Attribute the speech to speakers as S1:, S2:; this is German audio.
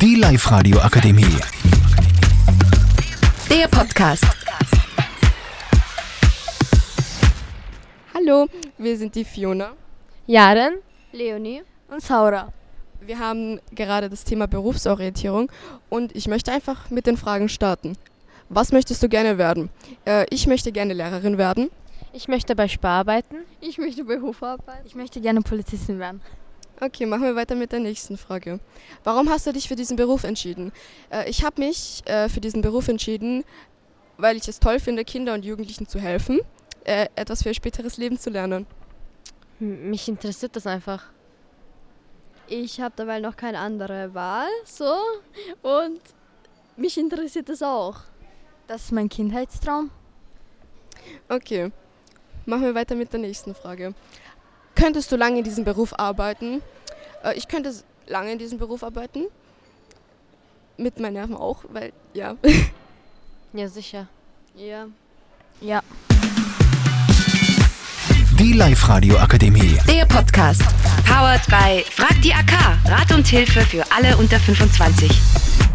S1: Live radio akademie
S2: Der Podcast.
S3: Hallo, wir sind die Fiona.
S4: Jaren.
S5: Leonie und Saura.
S3: Wir haben gerade das Thema Berufsorientierung und ich möchte einfach mit den Fragen starten. Was möchtest du gerne werden? Äh, ich möchte gerne Lehrerin werden.
S4: Ich möchte bei Spar arbeiten.
S5: Ich möchte bei Hof arbeiten.
S6: Ich möchte gerne Polizistin werden.
S3: Okay, machen wir weiter mit der nächsten Frage. Warum hast du dich für diesen Beruf entschieden? Äh, ich habe mich äh, für diesen Beruf entschieden, weil ich es toll finde, Kinder und Jugendlichen zu helfen, äh, etwas für ihr späteres Leben zu lernen.
S4: M- Mich interessiert das einfach.
S5: Ich habe dabei noch keine andere Wahl, so. Und mich interessiert das auch.
S6: Das ist mein Kindheitstraum.
S3: Okay, machen wir weiter mit der nächsten Frage. Könntest du lange in diesem Beruf arbeiten? Äh, ich könnte s- lange in diesem Beruf arbeiten. Mit meinen Nerven auch, weil, ja.
S4: Ja, sicher.
S5: Ja.
S6: Ja.
S1: Die Live radio akademie
S2: Der Podcast.
S7: Powered by Frag die AK. Rat und Hilfe für alle unter 25.